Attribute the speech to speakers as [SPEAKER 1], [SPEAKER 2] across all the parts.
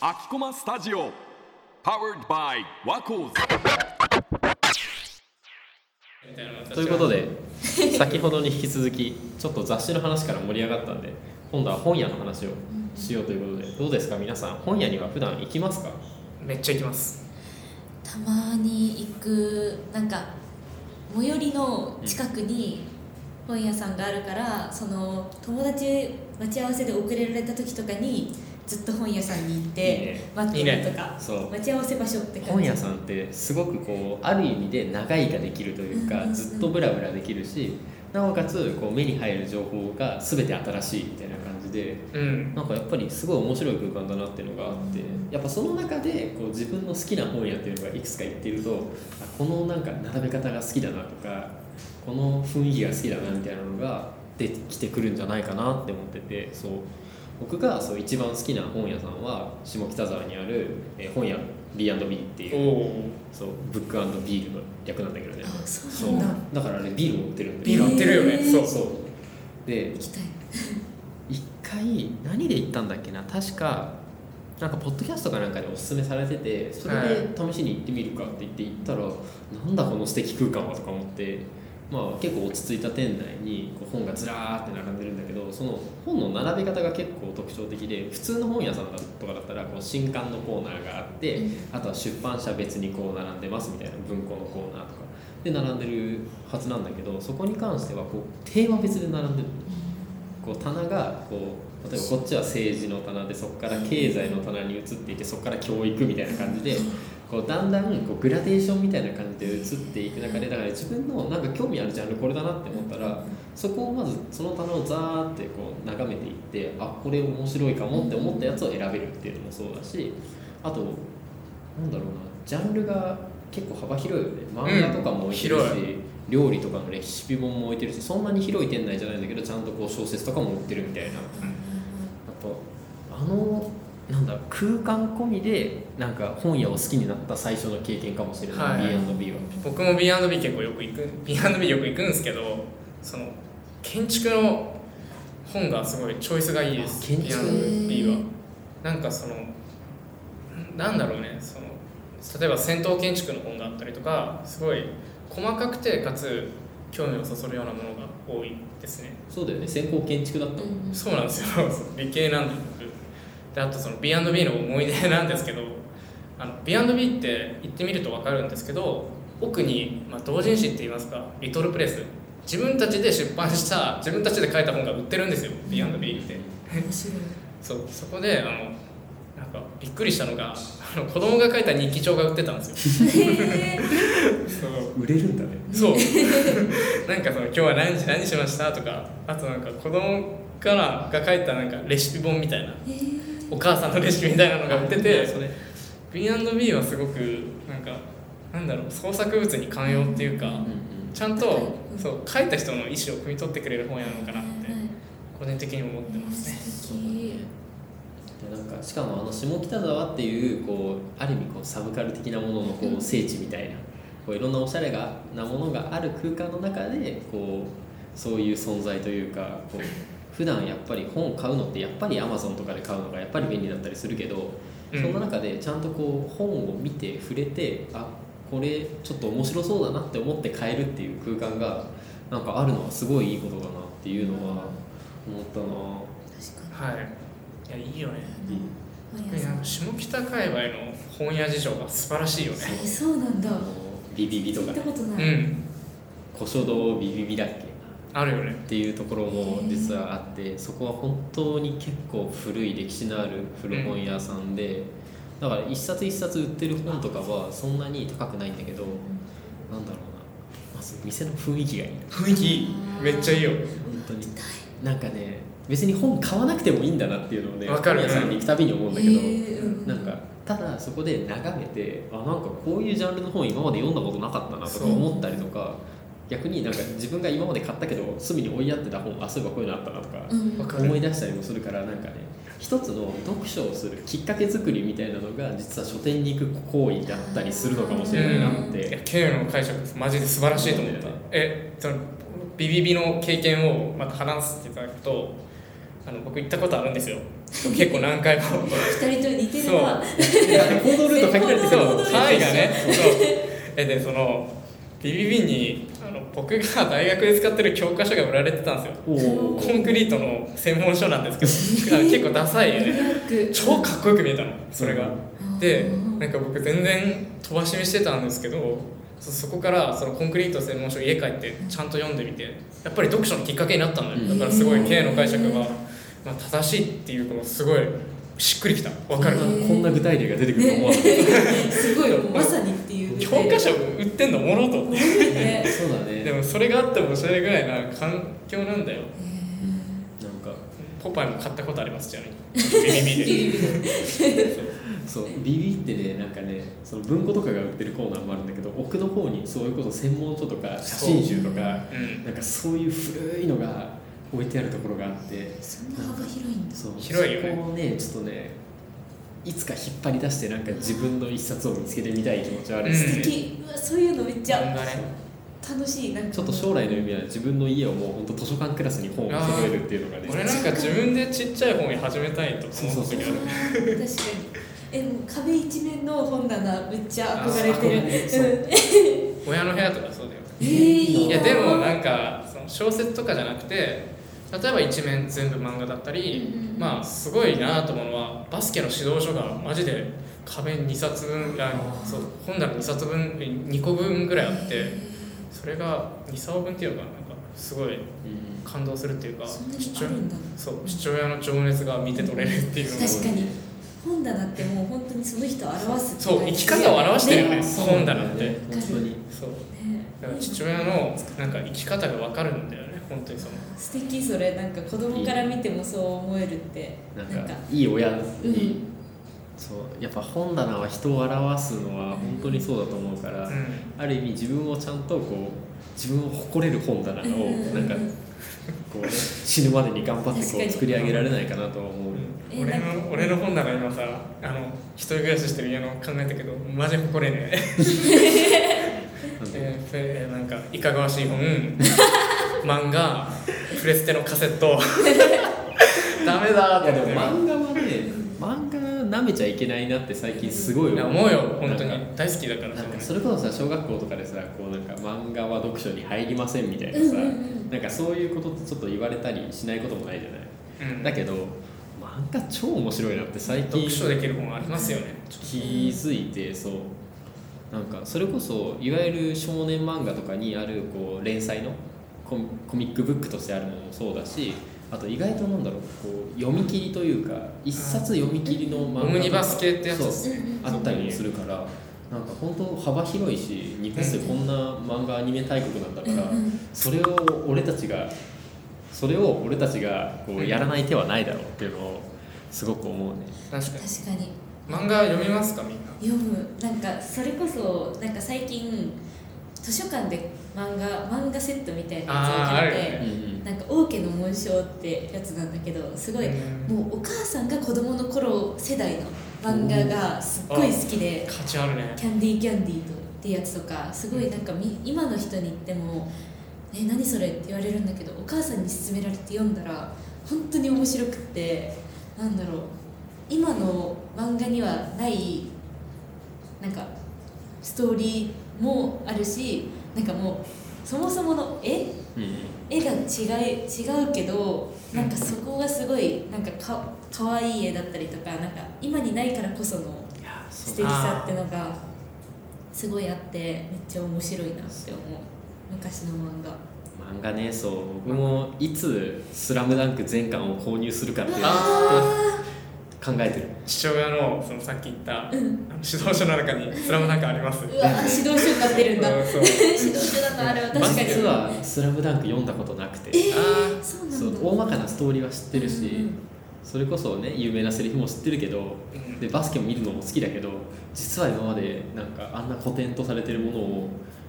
[SPEAKER 1] 秋駒スタジオ Powered by ワコーズ
[SPEAKER 2] ということで先ほどに引き続きちょっと雑誌の話から盛り上がったんで今度は本屋の話をしようということでどうですか皆さん本屋には普段行きますか
[SPEAKER 3] めっちゃ行きます
[SPEAKER 4] たまに行くなんか最寄りの近くに本屋さんがあるからその友達待ち合わせで遅れられた時とかにずっと本屋さんに行っ
[SPEAKER 2] いい
[SPEAKER 4] て
[SPEAKER 2] ね
[SPEAKER 4] 待ってるとか
[SPEAKER 2] そう
[SPEAKER 4] 待ち合わせ場所って感
[SPEAKER 2] 本
[SPEAKER 4] じ
[SPEAKER 2] 屋さんってすごくこうある意味で長いができるという
[SPEAKER 4] うん
[SPEAKER 2] か
[SPEAKER 4] うんうん
[SPEAKER 2] ずっとブラブラできるしなおかつこう目に入る情報が全て新しいみたいな感じで
[SPEAKER 3] うん
[SPEAKER 2] なんかやっぱりすごい面白い空間だなっていうのがあってやっぱその中でこう自分の好きな本屋っていうのがいくつか行っているとあこのなんか並べ方が好きだなとかこの雰囲気が好きだなみたいなのが出てきてくるんじゃないかなって思っててそう僕がそう一番好きな本屋さんは下北沢にあるえー本屋 B&B っていう
[SPEAKER 3] おお
[SPEAKER 2] そうブックビールの略なんだけどね
[SPEAKER 4] あそ
[SPEAKER 2] そうう
[SPEAKER 4] なんだ
[SPEAKER 2] だからねビールも売ってるんで
[SPEAKER 3] ビール売ってるよね、
[SPEAKER 4] えー
[SPEAKER 3] そう
[SPEAKER 2] そうで
[SPEAKER 4] 行きたい
[SPEAKER 2] 一回何で行ったんだっけな確かなんかポッドキャストかなんかでおすすめされててそれで試しに行ってみるかって言って行ったら、なんだこの素敵空間はとか思って、まあ、結構落ち着いた店内にこう本がずらーって並んでるんだけどその本の並べ方が結構特徴的で普通の本屋さんだとかだったらこう新刊のコーナーがあって、
[SPEAKER 4] うん
[SPEAKER 2] あとは出版社別にこう並んでますみたいな文庫のコーナーとかで並んでるはずなんだけどそこに関してはこうテーマ別で並んでるのこう棚がこう例えばこっちは政治の棚でそこから経済の棚に移っていてそこから教育みたいな感じでこうだんだんこうグラデーションみたいな感じで移っていく中でだから自分のなんか興味あるジャンルこれだなって思ったらそこをまずその棚をザーってこう眺めていってあこれ面白いかもって思ったやつを選べるっていうのもそうだしあとなんだろうなジャンルが結構幅広いよね漫画とかも置いてるし、
[SPEAKER 3] うん広
[SPEAKER 2] 料理とかのレシピ本も置いてるしそんなに広い店内じゃないんだけどちゃんとこう小説とかも売ってるみたいなあとあのなんだ空間込みでなんか本屋を好きになった最初の経験かもしれない、
[SPEAKER 3] はい
[SPEAKER 2] B&B は
[SPEAKER 3] 僕も B&B 結構よく行く B&B よく行くんですけどその建築の本がすごいチョイスがいいです
[SPEAKER 2] あ建築
[SPEAKER 3] B&B はなんかそのなんだろうねその例えば戦闘建築の本があったりとかすごい細かくてかつ興味をそそるようなものが多いですね
[SPEAKER 2] そうだよね先行建築だったもん、
[SPEAKER 4] うん
[SPEAKER 3] そうなんですよ 理系なんで僕であとその B&B の思い出なんですけどあの B&B って行ってみると分かるんですけど奥に、まあ、同人誌って言いますかリトルプレス自分たちで出版した自分たちで書いた本が売ってるんですよ B&B って
[SPEAKER 4] 面白い
[SPEAKER 3] そうそこであのなんかびっくりしたのがあの子供が書いた日記帳が売ってたん ですよそう
[SPEAKER 2] 売れるんだね
[SPEAKER 3] そう なんかその今日は何時何しましたとかあとなんか子供からが書いたなんかレシピ本みたいな
[SPEAKER 4] えー
[SPEAKER 3] お母さんのレシピみたいなのが売ってて
[SPEAKER 2] それ
[SPEAKER 3] B&B はすごくなんかなんだろう創作物に寛容っていうか
[SPEAKER 2] うんうん
[SPEAKER 3] ちゃん
[SPEAKER 4] はい
[SPEAKER 3] と
[SPEAKER 4] うん
[SPEAKER 3] そう書いた人の意思を汲み取ってくれる本やのかなって
[SPEAKER 4] はい
[SPEAKER 3] 個人的に思ってますね
[SPEAKER 4] 素
[SPEAKER 2] そうだね
[SPEAKER 4] 敵
[SPEAKER 2] でなんかしかもあの下北沢っていうこうある意味こうサブカル的なもののこう聖地みたいなこういろんなおしゃれがなものがある空間の中でこうそういう存在というかこう普段やっぱり本買うのってやっぱり Amazon とかで買うのがやっぱり便利だったりするけど、
[SPEAKER 3] うん
[SPEAKER 2] そんな中でちゃんとこう本を見て触れてあこれちょっと面白そうだなって思って買えるっていう空間がなんかあるのはすごいいいことだなっていうのは思ったな。
[SPEAKER 4] 確か
[SPEAKER 3] はいいやいいよね
[SPEAKER 4] に本
[SPEAKER 3] 特に
[SPEAKER 4] 屋さ
[SPEAKER 3] なん
[SPEAKER 4] ん
[SPEAKER 3] か下北界隈の本屋事情が素晴らしいよね
[SPEAKER 4] えそうなんだ
[SPEAKER 2] あのビビビと
[SPEAKER 4] 聞
[SPEAKER 2] か
[SPEAKER 4] いた
[SPEAKER 2] ね
[SPEAKER 4] こと
[SPEAKER 3] う
[SPEAKER 4] ない
[SPEAKER 3] ん
[SPEAKER 2] 古書堂ビビビだっけ
[SPEAKER 3] あるよね
[SPEAKER 2] っていうところも実はあってそこは本当に結構古い歴史のある古本屋さんで、だから一冊一冊売ってる本とかはそんなに高くないんだけどなんだろうなまず店の雰囲気がいいの
[SPEAKER 3] 雰囲気いいめっちゃいいよ
[SPEAKER 2] 本当になんかね別に本買わなくてもいいんだなっていうのをね
[SPEAKER 3] わかる
[SPEAKER 2] 本屋さんに行くたびに思うんだけど、
[SPEAKER 4] えーうん
[SPEAKER 2] なんかただそこで眺めてあなんかこういうジャンルの本今まで読んだことなかったなとか
[SPEAKER 4] そう
[SPEAKER 2] 思ったりとか逆になんか自分が今まで買ったけど隅に追いやってた本あそういえばこういうのあったなとか
[SPEAKER 4] うん
[SPEAKER 3] わかる
[SPEAKER 2] 思い出したりもするからなんかね一つの読書をするきっかけ作りみたいなのが実は書店に行く行為だったりするのかもしれないなっ
[SPEAKER 3] いや
[SPEAKER 2] て
[SPEAKER 3] K の解釈マジで素晴らしいと思った、
[SPEAKER 2] そうだよね
[SPEAKER 3] えそのビビビの経験をまた話していただくとあの僕行ったことあるんですよ結構何回も
[SPEAKER 4] 二人と似てるわ
[SPEAKER 2] 行動ルート限られて
[SPEAKER 3] そ
[SPEAKER 2] る
[SPEAKER 4] 行動
[SPEAKER 2] も
[SPEAKER 4] ル
[SPEAKER 2] ん
[SPEAKER 4] ー
[SPEAKER 3] う
[SPEAKER 4] ト
[SPEAKER 3] 範囲がねそうえでそのビビビにあの僕が大学で使ってる教科書が売られてたんですよ
[SPEAKER 2] おお
[SPEAKER 3] コンクリートの専門書なんですけど結構ダサいよね超かっこよく見えたのそれがでなんか僕全然飛ばし見してたんですけどそそこからそのコンクリート専門書家帰ってちゃんと読んでみてやっぱり読書のきっかけになったのよだからすごい K の解釈が、まあ、正しいっていうことすごいしっくりきたわかる
[SPEAKER 4] へー
[SPEAKER 2] こんな具体例が出てくると思わなかっ
[SPEAKER 4] すごいまさにっていう
[SPEAKER 3] 教科書売ってんのもろと
[SPEAKER 2] た
[SPEAKER 4] ね
[SPEAKER 2] そうだね
[SPEAKER 3] でもそれがあってもおしゃれぐらいな環境なんだよ
[SPEAKER 2] なんか
[SPEAKER 3] ポパイも買ったことありますちなみにビビビで
[SPEAKER 2] そうビビってねなんかねその文庫とかが売ってるコーナーもあるんだけど奥の方にそういうこと専門書とか写真集とか
[SPEAKER 3] うん
[SPEAKER 2] なんかそういう古いのが置いてあるところがあって
[SPEAKER 4] そんな幅広いんだ
[SPEAKER 2] そう
[SPEAKER 3] 広いよね
[SPEAKER 2] そこをねちょっとねいつか引っ張り出してなんか自分の一冊を見つけてみたい気持ちはあるんです
[SPEAKER 4] 素
[SPEAKER 2] ね、
[SPEAKER 4] 敵うわそういうのめっち
[SPEAKER 3] 漫
[SPEAKER 4] ゃ
[SPEAKER 3] 画ね
[SPEAKER 4] 楽しいなんか
[SPEAKER 2] ちょっと将来の夢は自分の家をもう本当図書館クラスに本を揃えるっていうのがね
[SPEAKER 3] 俺なんか自分でちっちゃい本に始めたいと思う
[SPEAKER 2] そう
[SPEAKER 3] 時あ
[SPEAKER 4] あ
[SPEAKER 3] る
[SPEAKER 4] ー確かにえもう壁一面の本棚めっちゃ憧れ
[SPEAKER 2] あー
[SPEAKER 4] て
[SPEAKER 2] そう
[SPEAKER 4] る
[SPEAKER 3] 親の部屋とかそうだよ
[SPEAKER 4] えい
[SPEAKER 2] い
[SPEAKER 3] い
[SPEAKER 2] や
[SPEAKER 3] やでもなんかその小説とかじゃなくて例えば一面全部漫画だったり、
[SPEAKER 4] うん
[SPEAKER 3] まあすごいなと思うのはバスケの指導書がマジで壁2冊分あそう本棚2冊分2個分ぐらいあってそれが2冊分っていうのかななんかすごい
[SPEAKER 2] うん
[SPEAKER 3] 感動するっていうか
[SPEAKER 4] そんなにあるんだ
[SPEAKER 3] そう父親の情熱が見て取れるっていうのが
[SPEAKER 4] 確かに本棚ってもう本当にその人を表すって
[SPEAKER 3] そう
[SPEAKER 4] 感
[SPEAKER 3] 生
[SPEAKER 4] じ
[SPEAKER 3] き方を表してるよね
[SPEAKER 2] そう
[SPEAKER 3] 本棚って
[SPEAKER 2] 本当に
[SPEAKER 3] そう
[SPEAKER 4] ね
[SPEAKER 3] だから父親のなんか生き方が分かるんだよね本当にその
[SPEAKER 4] 素敵それなんか子供から見てもそう思えるって
[SPEAKER 2] なん
[SPEAKER 4] なん
[SPEAKER 2] か
[SPEAKER 4] か
[SPEAKER 2] いい親
[SPEAKER 4] う
[SPEAKER 2] に、
[SPEAKER 4] ん
[SPEAKER 2] そうやっぱ本棚は人を表すのは本当にそうだと思うから、
[SPEAKER 3] うん
[SPEAKER 2] ある意味自分をちゃんとこう自分を誇れる本棚をなんかこう、ね、死ぬまでに頑張って
[SPEAKER 4] 確
[SPEAKER 2] こ
[SPEAKER 4] か
[SPEAKER 2] う
[SPEAKER 4] に
[SPEAKER 2] 作り上げられないかなとは思う、
[SPEAKER 4] え
[SPEAKER 3] 俺
[SPEAKER 4] なんか
[SPEAKER 3] の俺の本棚今さあの一人暮らししてる家の考えたけどマジ誇れね
[SPEAKER 2] なんで
[SPEAKER 3] ええーなんかいかがわしい本漫画プレステのカセットダメだ
[SPEAKER 2] い
[SPEAKER 3] ー
[SPEAKER 2] や
[SPEAKER 3] って
[SPEAKER 2] でも
[SPEAKER 3] 思って
[SPEAKER 2] 漫画はね漫画舐めちゃいけないなって最近すごい
[SPEAKER 3] いや
[SPEAKER 2] 思う
[SPEAKER 3] 思うよ本当
[SPEAKER 2] なんか
[SPEAKER 3] に大好きだから
[SPEAKER 2] なんか
[SPEAKER 3] そ
[SPEAKER 2] そ
[SPEAKER 3] れ
[SPEAKER 2] れこそさ小学校とかでさこうなんか漫画は読書に入りませんみたいなさ、
[SPEAKER 4] うんうんうん
[SPEAKER 2] なんかそういうことってちょっと言われたりしないこともないじゃない
[SPEAKER 3] うん
[SPEAKER 2] だけど漫画超面白いなって最近
[SPEAKER 3] 読書できる本ありますよね
[SPEAKER 2] 気づいてそうなんかそれこそいわゆる少年漫画とかにあるこう連載のコミコミックブックとしてあるものもそうだしあと意外となんだろうこう読み切りというか一冊読み切りの漫画
[SPEAKER 3] オムニバス系ってやつ
[SPEAKER 2] そう
[SPEAKER 3] ですね
[SPEAKER 2] あったりもするからなんか本当幅広いし日本ってこんな漫画アニメ大国なんだからそれを俺たちがそれを俺たちがこうやらない手はないだろうっていうのをすごく思うね。
[SPEAKER 3] 確かに
[SPEAKER 4] 確かに
[SPEAKER 3] 漫画読みますかみんな
[SPEAKER 4] 読むなんかそれこそなんか最近図書館で漫画漫画セットみたいなやつを買っ
[SPEAKER 3] あーある
[SPEAKER 4] て
[SPEAKER 3] よね
[SPEAKER 4] なんか王家の紋章ってやつなんだけどすごい
[SPEAKER 3] うん
[SPEAKER 4] もうお母さんが子供の頃世代の漫画がすっごい好きで
[SPEAKER 3] 価値あるね
[SPEAKER 4] 「キャンディーキャンディー」とってやつとかすごいなんかみ今の人に言っても「え何それ?」って言われるんだけどお母さんに勧められて読んだら本当に面白くってなんだろう今の漫画にはないなんかストーリーもあるしなんかもうそもそもの絵
[SPEAKER 2] うんうん
[SPEAKER 4] 絵が違い違うけどなんかそこがすごいなんかか可愛い絵だったりとかなんか今にないからこその
[SPEAKER 2] いやそ
[SPEAKER 4] 素
[SPEAKER 2] う
[SPEAKER 4] 敵さってのがすごいあってめっちゃ面白いなって思う昔の漫画
[SPEAKER 2] 漫画ねそう僕もいつ「スラムダンク全巻を購入するかっていうのを
[SPEAKER 3] あ
[SPEAKER 2] 考えてる
[SPEAKER 3] 父親のそのさっき言った、あの指導書の中に「スラムなんかあります
[SPEAKER 4] うわ指導書になってるんだ
[SPEAKER 3] うんそう
[SPEAKER 4] 指導書だとあれは確
[SPEAKER 2] バ
[SPEAKER 4] か
[SPEAKER 2] ス
[SPEAKER 4] に
[SPEAKER 2] ケは「スラムダンク読んだことなくて、
[SPEAKER 3] あ
[SPEAKER 4] そうな
[SPEAKER 2] そ
[SPEAKER 4] んだ
[SPEAKER 2] う大まかなストーリーは知ってるし、
[SPEAKER 4] うんうん
[SPEAKER 2] それこそね有名なセリフも知ってるけど
[SPEAKER 3] ーうん
[SPEAKER 2] でバスケも見るのも好きだけど実は今までなんかあんな古典とされてるものを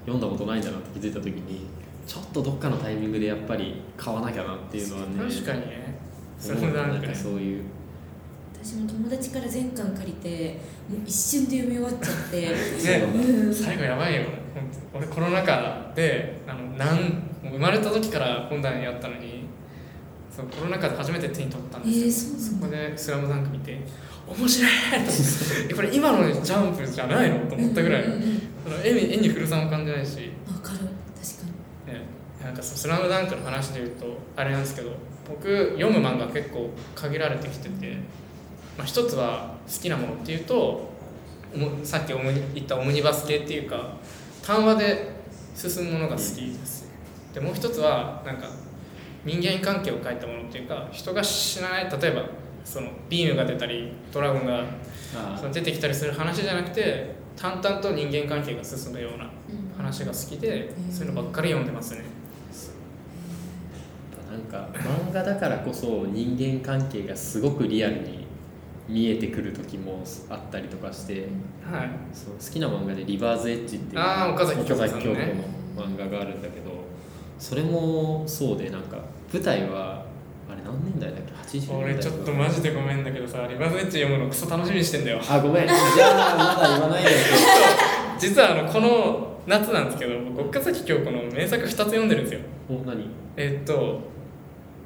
[SPEAKER 2] 読んだことないんだなって気づいた時にちょっとどっかのタイミングでやっぱり買わなきゃなっていうのはね
[SPEAKER 3] 確かにねそれ
[SPEAKER 2] 思
[SPEAKER 3] も
[SPEAKER 2] う
[SPEAKER 3] な
[SPEAKER 2] なんん
[SPEAKER 3] か
[SPEAKER 2] か
[SPEAKER 3] ね
[SPEAKER 2] そういう
[SPEAKER 4] 私も友達から全巻借りてもう一瞬で読み終わっちゃって
[SPEAKER 2] そうなんだ
[SPEAKER 4] うん
[SPEAKER 3] 最後やばいよほんと俺コロナ禍であのなんもう生まれた時から本棚にあったのにそうコロナ禍で初めて手に取ったん
[SPEAKER 4] え
[SPEAKER 3] ですよ、
[SPEAKER 4] ー、そう
[SPEAKER 3] そ
[SPEAKER 4] な
[SPEAKER 3] こ
[SPEAKER 4] んだ
[SPEAKER 3] で「スラムダンク見て面白いと思ってえこれ今のジャンプじゃないのと思ったぐらい
[SPEAKER 4] うんうんうんうん
[SPEAKER 3] その絵に絵に古さも感じないし、ね、
[SPEAKER 4] わかる確か
[SPEAKER 3] なんかその「スラムダンクの話で言うとあれなんですけど僕読む漫画結構限られてきてて、まあ、一つは好きなものっていうとおもさっきオムニ言ったオムニバス系っていうか単話で進むものが好きですでもう一つはなんか人間関係を書いたものっていうか人が死なない例えばそのビームが出たりドラゴンが
[SPEAKER 2] あ
[SPEAKER 3] その出てきたりする話じゃなくて淡々と人間関係が進むような
[SPEAKER 4] に、うん、
[SPEAKER 3] 話が好きで
[SPEAKER 4] うん
[SPEAKER 3] そういうのばっかり読んでますね
[SPEAKER 2] ーなんか漫画だからこそ人間関係がすごくリアルに見えてくる時もあったりとかして
[SPEAKER 3] はい
[SPEAKER 2] そう好きな漫画で「リバーズエッジ」っていう
[SPEAKER 3] あー岡崎京子さんの
[SPEAKER 2] 岡
[SPEAKER 3] ね
[SPEAKER 2] 崎京子の漫画があるんだけどそれもそうでなんか舞台はあれ何年代だっけ80
[SPEAKER 3] 俺
[SPEAKER 2] 年代
[SPEAKER 3] ちょっとマジでごめんだけどさリバーズエッジ読むのクソ楽しみにしてんだよ
[SPEAKER 2] あごめんじゃあまだ言わないで
[SPEAKER 3] 実はあのこの夏なんですけど僕岡崎京子の名作2つ読んでるんですよ
[SPEAKER 2] お何
[SPEAKER 3] えっと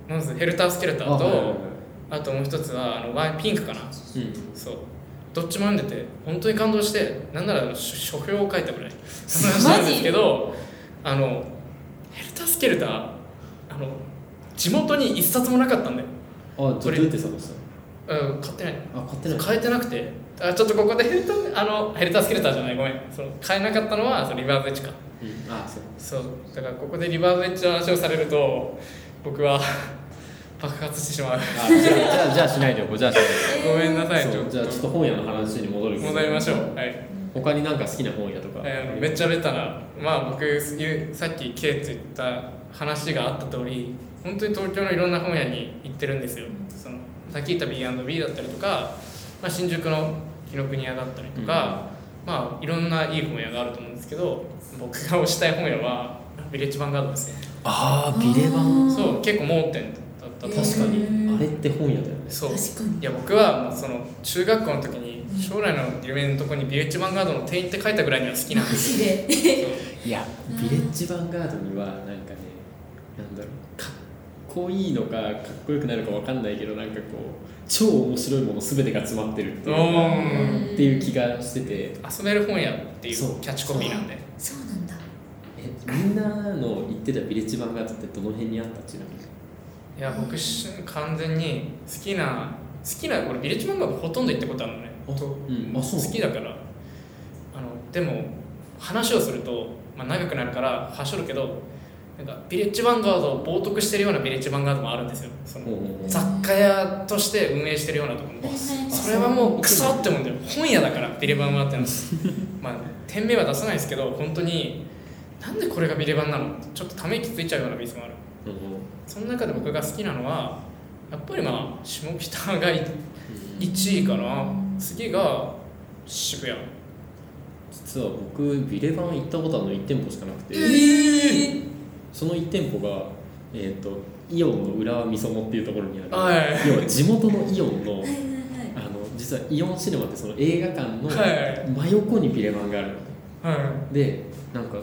[SPEAKER 3] まず「ヘルター・スケルター
[SPEAKER 2] あ
[SPEAKER 3] と」
[SPEAKER 2] はいはいは
[SPEAKER 3] あともう一つはあのワイピンクかない
[SPEAKER 2] うん
[SPEAKER 3] そうどっちも読んでて本当に感動してなんなら書書評を書いたぐらい
[SPEAKER 4] ジ
[SPEAKER 3] 話なんですけどあのヘルタースケルターあの地元に一冊もなかったんだよ、
[SPEAKER 2] あじゃ
[SPEAKER 3] こ
[SPEAKER 2] あ
[SPEAKER 3] れ
[SPEAKER 2] どうやって探し
[SPEAKER 3] うん、買ってない
[SPEAKER 2] たのあ買ってない
[SPEAKER 3] 買えてなくてあちょっとここでヘ ルターあのヘルタースケルターじゃないごめんその買えなかったのはそのリバーブエッジか
[SPEAKER 2] うんあそう
[SPEAKER 3] そうだからここでリバーブエッジの話をされると僕は 爆発してしまう
[SPEAKER 2] あじゃあじゃあじゃあしないでおこうじゃあしないで
[SPEAKER 3] ごめんなさい
[SPEAKER 2] おこう
[SPEAKER 3] ち
[SPEAKER 2] そうじ
[SPEAKER 3] ょっ
[SPEAKER 2] ゃあちょっと
[SPEAKER 3] と
[SPEAKER 2] 本屋の話に戻るけど
[SPEAKER 3] 戻りましょうはい
[SPEAKER 2] 他になんか好きな本屋とか
[SPEAKER 3] えーめっちゃベタなまあ僕言うさっき K と言った話があった通り本当に東京のいろんな本屋に行ってるんですよそのさっき言った B&B だったりとか、まあ、新宿の紀ノ国屋だったりとか、まあいろんないい本屋があると思うんですけど僕が推したい本屋はビレッジヴァンガードですね
[SPEAKER 2] あ
[SPEAKER 4] ービレバンうん
[SPEAKER 3] そう結構盲点だった
[SPEAKER 2] 確
[SPEAKER 3] と
[SPEAKER 2] か
[SPEAKER 4] う
[SPEAKER 2] に
[SPEAKER 4] ん
[SPEAKER 2] あれって本屋だよね
[SPEAKER 3] そう
[SPEAKER 4] 確かに
[SPEAKER 3] いや僕はもうその中学校の時に将来の夢のとこにビレッジヴァンガードの店員って書いたぐらいには好きなん
[SPEAKER 4] マ
[SPEAKER 3] です
[SPEAKER 4] ジで
[SPEAKER 2] いやビレッジヴァンガードにはなんかねなんだろうかっこいいのかかっこよくなるかわかんないけどなんかこう超面白いもの全てが詰まってるっていう
[SPEAKER 3] お
[SPEAKER 2] か
[SPEAKER 3] ー
[SPEAKER 2] っていう気がしてて
[SPEAKER 3] 遊べる本屋っていう
[SPEAKER 2] そう
[SPEAKER 3] キャッチコピーなんで
[SPEAKER 4] そうなんだ
[SPEAKER 2] えみんなの言ってたビレッジヴァンガードってどの辺にあったちなみに
[SPEAKER 3] いや僕し完全に好きな好きな俺ビレッジ漫画ほとんど行ったことあるのね
[SPEAKER 2] あうんあそう
[SPEAKER 3] 好きだからあのでも話をすると、まあ、長くなるからはしょるけどなんかビレッジヴァンガードを冒涜してるようなビレッジヴァンガードもあるんですよその
[SPEAKER 2] ほうほうほう
[SPEAKER 3] 雑貨屋として運営してるようなとこも
[SPEAKER 4] はいはい
[SPEAKER 3] それはもうクソってもんだよ本屋だからビレバンはっての まあ店名は出さないですけど本当になんでこれがビレバンなのってちょっとため息ついちゃうような店もある
[SPEAKER 2] うんうん
[SPEAKER 3] その中で僕が好きなのはやっぱりまあ下北がい1位かな次が渋谷
[SPEAKER 2] 実は僕ビレバン行ったことあるの1店舗しかなくて、
[SPEAKER 4] え
[SPEAKER 2] その1店舗が、えー、とイオンの浦和みそもっていうところにある、
[SPEAKER 3] はい
[SPEAKER 2] 要は地元のイオンの
[SPEAKER 4] はいはいはい
[SPEAKER 2] あの実はイオンシネマってその映画館の
[SPEAKER 3] は
[SPEAKER 2] 真横にビレバンがあるの
[SPEAKER 3] は
[SPEAKER 2] でなんか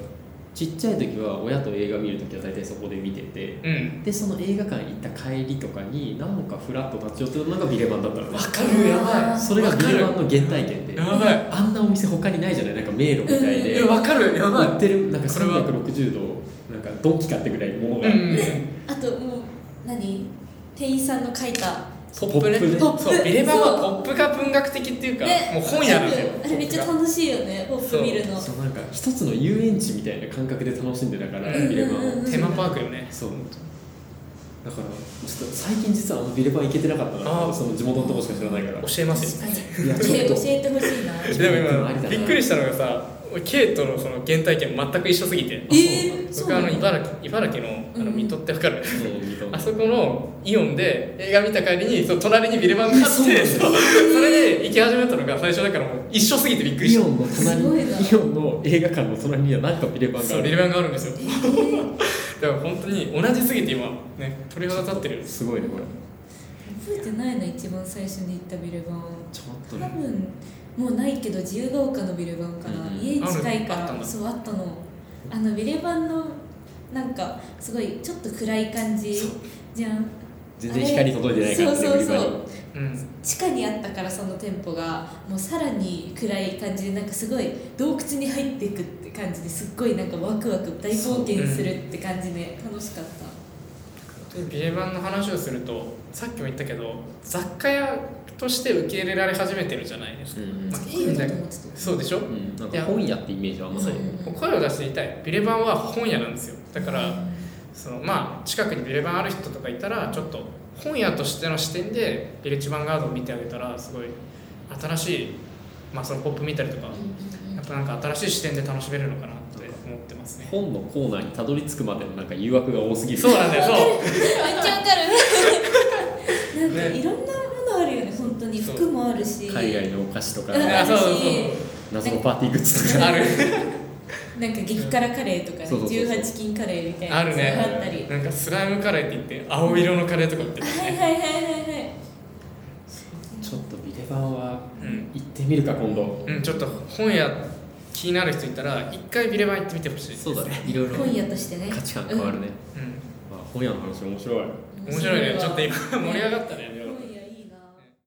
[SPEAKER 2] ちっちゃい時は親と映画見る時は大体そこで見てて
[SPEAKER 3] いうん
[SPEAKER 2] でその映画館行った帰りとかに何かフラッと立ち寄ってたのがビレバンだったの
[SPEAKER 3] わかるやばい
[SPEAKER 2] それがビレバン
[SPEAKER 3] わ
[SPEAKER 2] の原体験で
[SPEAKER 3] やばい
[SPEAKER 2] あんなお店他にないじゃないなんか迷路みたい
[SPEAKER 3] かる
[SPEAKER 2] で
[SPEAKER 3] えわかるやばい
[SPEAKER 2] 売ってるなんか
[SPEAKER 3] これは
[SPEAKER 2] 360度なんかドンキ買ってぐらいものが、
[SPEAKER 3] うん
[SPEAKER 4] あともう何店員さんの書いた
[SPEAKER 3] ポップね
[SPEAKER 2] ポップね
[SPEAKER 3] そうビレバンはポップが文学的っていうかもう本屋なんだよ
[SPEAKER 4] あれめっちゃ楽しいよねポップ見るの
[SPEAKER 2] そうなんか一つの遊園地みたいな感覚で楽しんでたから
[SPEAKER 3] うん
[SPEAKER 2] ビレバンを
[SPEAKER 3] テーマパークよね
[SPEAKER 2] そうだからちょっと最近実はあのビレバン行けてなかった
[SPEAKER 3] あ
[SPEAKER 2] な
[SPEAKER 3] ー
[SPEAKER 2] その地元のとこしか知らないから
[SPEAKER 3] 教え ますよ
[SPEAKER 4] 確かに
[SPEAKER 2] いやちょ
[SPEAKER 4] 教
[SPEAKER 2] っ
[SPEAKER 4] え
[SPEAKER 2] と
[SPEAKER 4] 教えてほしいな
[SPEAKER 2] え
[SPEAKER 3] で
[SPEAKER 2] でも
[SPEAKER 3] も
[SPEAKER 2] ありだな
[SPEAKER 3] 今びっくりしたのがさ俺ケイトのその原体験全く一緒すぎて
[SPEAKER 2] あ
[SPEAKER 4] えー、そう
[SPEAKER 3] 僕あ
[SPEAKER 4] な
[SPEAKER 3] の
[SPEAKER 4] の
[SPEAKER 3] 茨城茨城のあの
[SPEAKER 4] うん
[SPEAKER 3] 水戸ってわかる、
[SPEAKER 2] そう見た
[SPEAKER 3] あそこのイオンで映画見た帰りにそう隣にビレバンがあってそうそれで行き始めたのが最初だからもう一緒すぎてびっくり
[SPEAKER 2] イ
[SPEAKER 3] し
[SPEAKER 2] オ
[SPEAKER 3] た
[SPEAKER 2] ンの隣
[SPEAKER 4] すごいな
[SPEAKER 2] イオンの映画館の隣にはなんかビレバンが
[SPEAKER 3] そ
[SPEAKER 2] あ
[SPEAKER 3] うビレ
[SPEAKER 2] る
[SPEAKER 3] バンがあるんですよだから本当に同じすぎて今ね鳥肌立ってる
[SPEAKER 2] すごいねこれ
[SPEAKER 4] 覚えてないの一番最初に行ったビルバン
[SPEAKER 2] ちょっと
[SPEAKER 4] 多
[SPEAKER 2] ね
[SPEAKER 4] 分もうないけど自由が丘のビルバンかな、
[SPEAKER 2] うん
[SPEAKER 4] 家近いか
[SPEAKER 3] あるあったん
[SPEAKER 4] ら
[SPEAKER 3] だ
[SPEAKER 4] そうあったのあのビルバンのなんかすごいちょっと暗い感じじゃん
[SPEAKER 2] 全然光届いてない感じで
[SPEAKER 4] あ
[SPEAKER 2] 売
[SPEAKER 4] れ
[SPEAKER 2] り
[SPEAKER 4] そうそ
[SPEAKER 2] 場
[SPEAKER 4] う
[SPEAKER 2] に
[SPEAKER 4] そう
[SPEAKER 3] うん
[SPEAKER 4] 地下にあったからその店舗がもうさらに暗い感じでなんかすごい洞窟に入っていくって感じですっごいなんかワクワク大冒険するって感じで楽しかった
[SPEAKER 3] でビレバンの話をするとさっきも言ったけど雑貨屋として受け入れられ始めてるじゃないですか、
[SPEAKER 2] うん
[SPEAKER 3] まあ
[SPEAKER 4] 映画だと思ってた
[SPEAKER 3] そうでしょ、
[SPEAKER 2] うん、なんか本屋ってイメージはあんまない
[SPEAKER 4] いやうん
[SPEAKER 3] 声を出して言いたいビレバンは本屋なんですよだから、
[SPEAKER 4] うん
[SPEAKER 3] そのまあ近くにビレバンある人とかいたらちょっと本屋としての視点でビレッジヴァンガードを見てあげたらすごい新しい、まあ、そのポップ見たりとかやっぱなんか新しい視点で楽しめるのかなって思ってますね
[SPEAKER 2] 本のコーナーにたどり着くまでのなんか誘惑が多すぎる
[SPEAKER 3] そうなんだよ そう
[SPEAKER 4] めっちゃわかるなんか
[SPEAKER 3] ね
[SPEAKER 4] いろんなものあるよね本当に
[SPEAKER 3] そう
[SPEAKER 4] 服もあるし
[SPEAKER 2] 海外のお菓子とか
[SPEAKER 4] うん
[SPEAKER 3] あそうそう
[SPEAKER 4] あるし
[SPEAKER 2] 謎のパーティーグッズとか
[SPEAKER 3] ある
[SPEAKER 4] なんか激辛カレーとかね
[SPEAKER 2] そうそうそうそう
[SPEAKER 4] 18金カレーみたいな
[SPEAKER 3] あるね
[SPEAKER 4] そういうのあったり
[SPEAKER 3] なんかスライムカレーって言って青色のカレーとか売ってた
[SPEAKER 4] はい
[SPEAKER 3] ね
[SPEAKER 4] はいはいはいはい
[SPEAKER 2] ちょっとビレバンは
[SPEAKER 3] うん、
[SPEAKER 2] 行ってみるか今度
[SPEAKER 3] うん、ちょっと本屋気になる人いたら一回ビレバン行ってみてほしいです
[SPEAKER 2] そうだねいろいろ
[SPEAKER 4] 今夜としてね
[SPEAKER 2] 価値観変わるね、
[SPEAKER 3] うん
[SPEAKER 2] 啊まあ、本屋の話面白い
[SPEAKER 4] うん
[SPEAKER 3] 面白いねちょっと今
[SPEAKER 4] ね
[SPEAKER 3] 盛り上がったね
[SPEAKER 4] 今夜